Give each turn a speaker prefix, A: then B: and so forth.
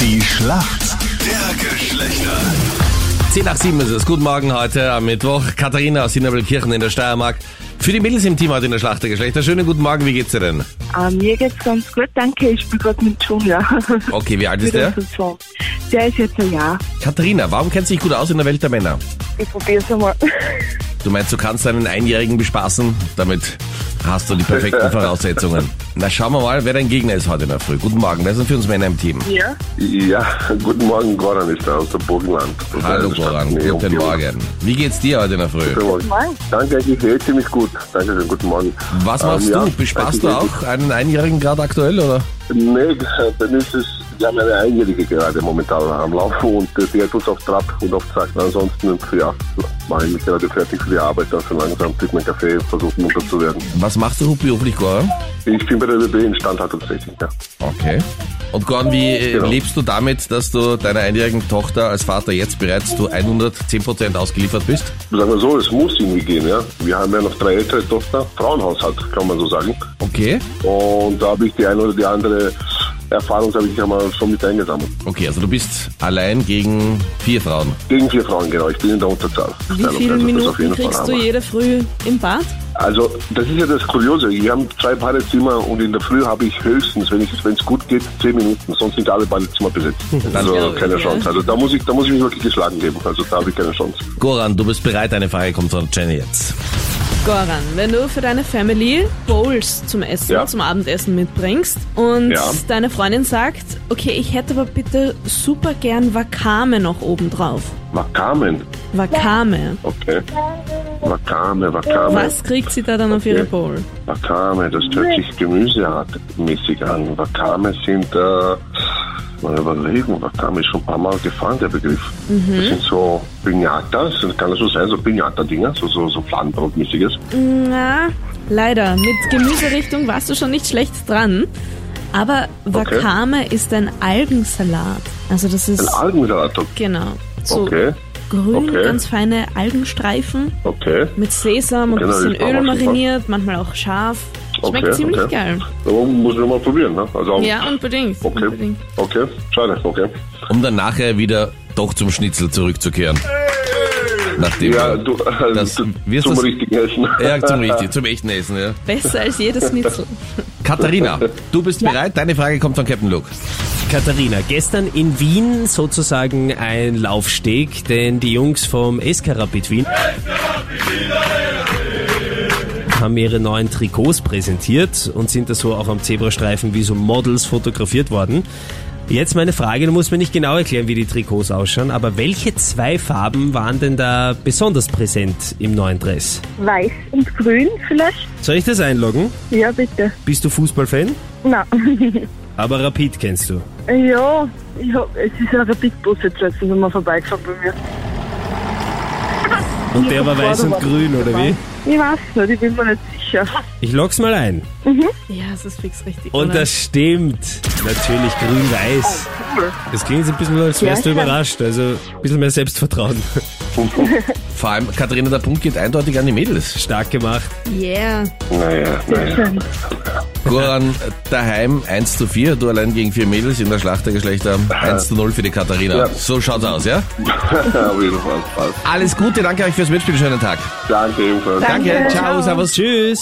A: Die Schlacht der Geschlechter.
B: 10 nach 7 ist es. Guten Morgen heute am Mittwoch. Katharina aus Hinnerbelkirchen in der Steiermark. Für die Mädels im Team heute in der Schlacht der Geschlechter. Schönen guten Morgen, wie geht's dir denn?
C: Ah, mir geht's ganz gut, danke. Ich spiele gerade mit Junior.
B: Okay, wie alt ist
C: Für
B: der?
C: den Saison. Der ist jetzt ein Jahr.
B: Katharina, warum kennst du dich gut aus in der Welt der Männer?
C: Ich probier's einmal.
B: Du meinst, du kannst deinen Einjährigen bespaßen? Damit hast du die perfekten Voraussetzungen. Na, schauen wir mal, wer dein Gegner ist heute in der Früh. Guten Morgen, wer sind für uns Männer im Team?
C: Ja?
D: Ja, guten Morgen, Goran ist da aus dem Burgenland.
B: Hallo Goran, guten Morgen. Wie geht's dir heute in der Früh?
D: Guten Morgen.
C: Morgen.
D: Danke, ich höre ziemlich gut. Danke schön, guten Morgen.
B: Was machst
D: Ähm, ja,
B: du? Bespaßt du
D: eigentlich-
B: auch einen Einjährigen gerade aktuell, oder?
D: Nee, dann ist es ja meine Einjährige gerade momentan am Laufen und äh, die hält uns auf Trab und auf Zack. Ansonsten, ja, mache ich mich gerade fertig für die Arbeit, dann schon langsam trinke meinen Kaffee, versuche munter zu werden.
B: Was machst du beruflich, Goran?
D: Ich bin bei der ÖB in Standhaltungstechnik, ja.
B: Okay. Und Gordon, wie äh,
D: Genau.
B: lebst du damit, dass du deiner einjährigen Tochter als Vater jetzt bereits zu 110% ausgeliefert bist?
D: Sagen wir so, es muss irgendwie gehen, ja. Wir haben ja noch drei ältere Tochter, Frauenhaushalt, kann man so sagen.
B: Okay.
D: Und da habe ich die eine oder die andere Erfahrung, habe ich ja mal schon mit eingesammelt.
B: Okay, also du bist allein gegen vier Frauen.
D: Gegen vier Frauen, genau. Ich bin in der Unterzahl.
E: Wie
D: Also,
E: viele
D: das ist auf
E: Minuten
D: jeden Fall
E: kriegst du
D: Hammer.
E: jede Früh im Bad?
D: Also, das ist ja das Kuriose. Wir haben zwei Badezimmer und in der Früh habe ich höchstens, wenn es gut geht, zehn Minuten. Sonst sind alle Badezimmer besetzt. Also,
E: glaub ich,
D: keine
E: ja.
D: Chance. Also, da muss ich, da muss ich mich wirklich geschlagen geben. Also, da habe ich keine Chance.
B: Goran, du bist bereit, eine Frage kommt von Jenny jetzt.
E: Goran, wenn du für deine Family Bowls zum Essen,
D: Ja.
E: zum Abendessen mitbringst und
D: Ja.
E: deine Freundin sagt, okay, ich hätte aber bitte super gern Wakame noch obendrauf.
D: Wakamen.
E: Wakame.
D: Okay. Wakame, Wakame.
E: Was kriegt sie da dann auf ihre Bowl?
D: Wakame, das hört sich gemüseartmäßig an. Wakame sind, äh, mal überlegen, Wakame ist schon ein paar Mal gefallen, der Begriff.
E: Mhm.
D: Das sind so Pinatas, kann das so sein, so Pinata-Dinger, so, so, so Fladenbrotmäßiges.
E: Na, leider. Mit Gemüserichtung warst du schon nicht schlecht dran. Aber Wakame ist ein Algensalat. Also das ist,
D: Ein Algensalat, okay.
E: genau, so grün,
D: Okay.
E: ganz feine Algenstreifen.
D: okay.
E: Mit Sesam und ein
D: Genau,
E: bisschen
D: das war
E: Öl
D: auch super.
E: mariniert, manchmal auch scharf. Schmeckt
D: Okay,
E: ziemlich
D: okay.
E: geil.
D: Da muss man mal probieren, ne? Also,
E: Ja, unbedingt.
D: okay,
E: unbedingt.
D: okay, schade, okay.
B: Um dann nachher wieder doch zum Schnitzel zurückzukehren. Nachdem
D: Ja, du, äh,
B: das,
D: du
B: wirst
D: zum
B: das,
D: richtigen Essen.
B: ja, zum richtig, zum echten Essen, ja.
E: Besser als jedes Schnitzel.
B: Katharina, du bist bereit, deine Frage kommt von Captain Luke.
F: Katharina, gestern in Wien sozusagen ein Laufsteg, denn die Jungs vom SK Rapid Wien haben ihre neuen Trikots präsentiert und sind da so auch am Zebrastreifen wie so Models fotografiert worden. Jetzt meine Frage, du musst mir nicht genau erklären, wie die Trikots ausschauen, aber welche zwei Farben waren denn da besonders präsent im neuen Dress?
C: Weiß und grün vielleicht?
F: Soll ich das einloggen?
C: Ja, bitte.
F: Bist du Fußballfan?
C: Na,
F: Aber Rapid kennst du.
C: ja, ich hab, es ist ein Rapidbus jetzt letztens mal vorbeigefahren bei mir.
F: Und der war weiß und grün, oder wie?
C: Ich weiß nicht, ich bin mir nicht sicher.
F: Ich log's mal ein.
E: Ja, es ist fix richtig.
F: Und
E: oder?
F: das stimmt. Natürlich grün-weiß. Es klingt jetzt ein bisschen, als wärst du
C: Ja, klar.
F: überrascht. Also ein bisschen mehr Selbstvertrauen.
B: Vor allem, Katharina, der Punkt geht eindeutig an die Mädels.
F: Stark gemacht.
E: Yeah.
D: Naja, naja.
B: Goran, äh, daheim 1 zu 4, du allein gegen vier Mädels in der Schlacht der Geschlechter 1 zu 0 für die Katharina.
D: Ja.
B: So schaut's aus, ja?
D: Auf jeden Fall. passt.
B: Alles Gute, danke euch fürs Mitspielen, schönen Tag.
D: Danke ebenfalls.
B: Danke, ciao, servus.
F: Tschüss.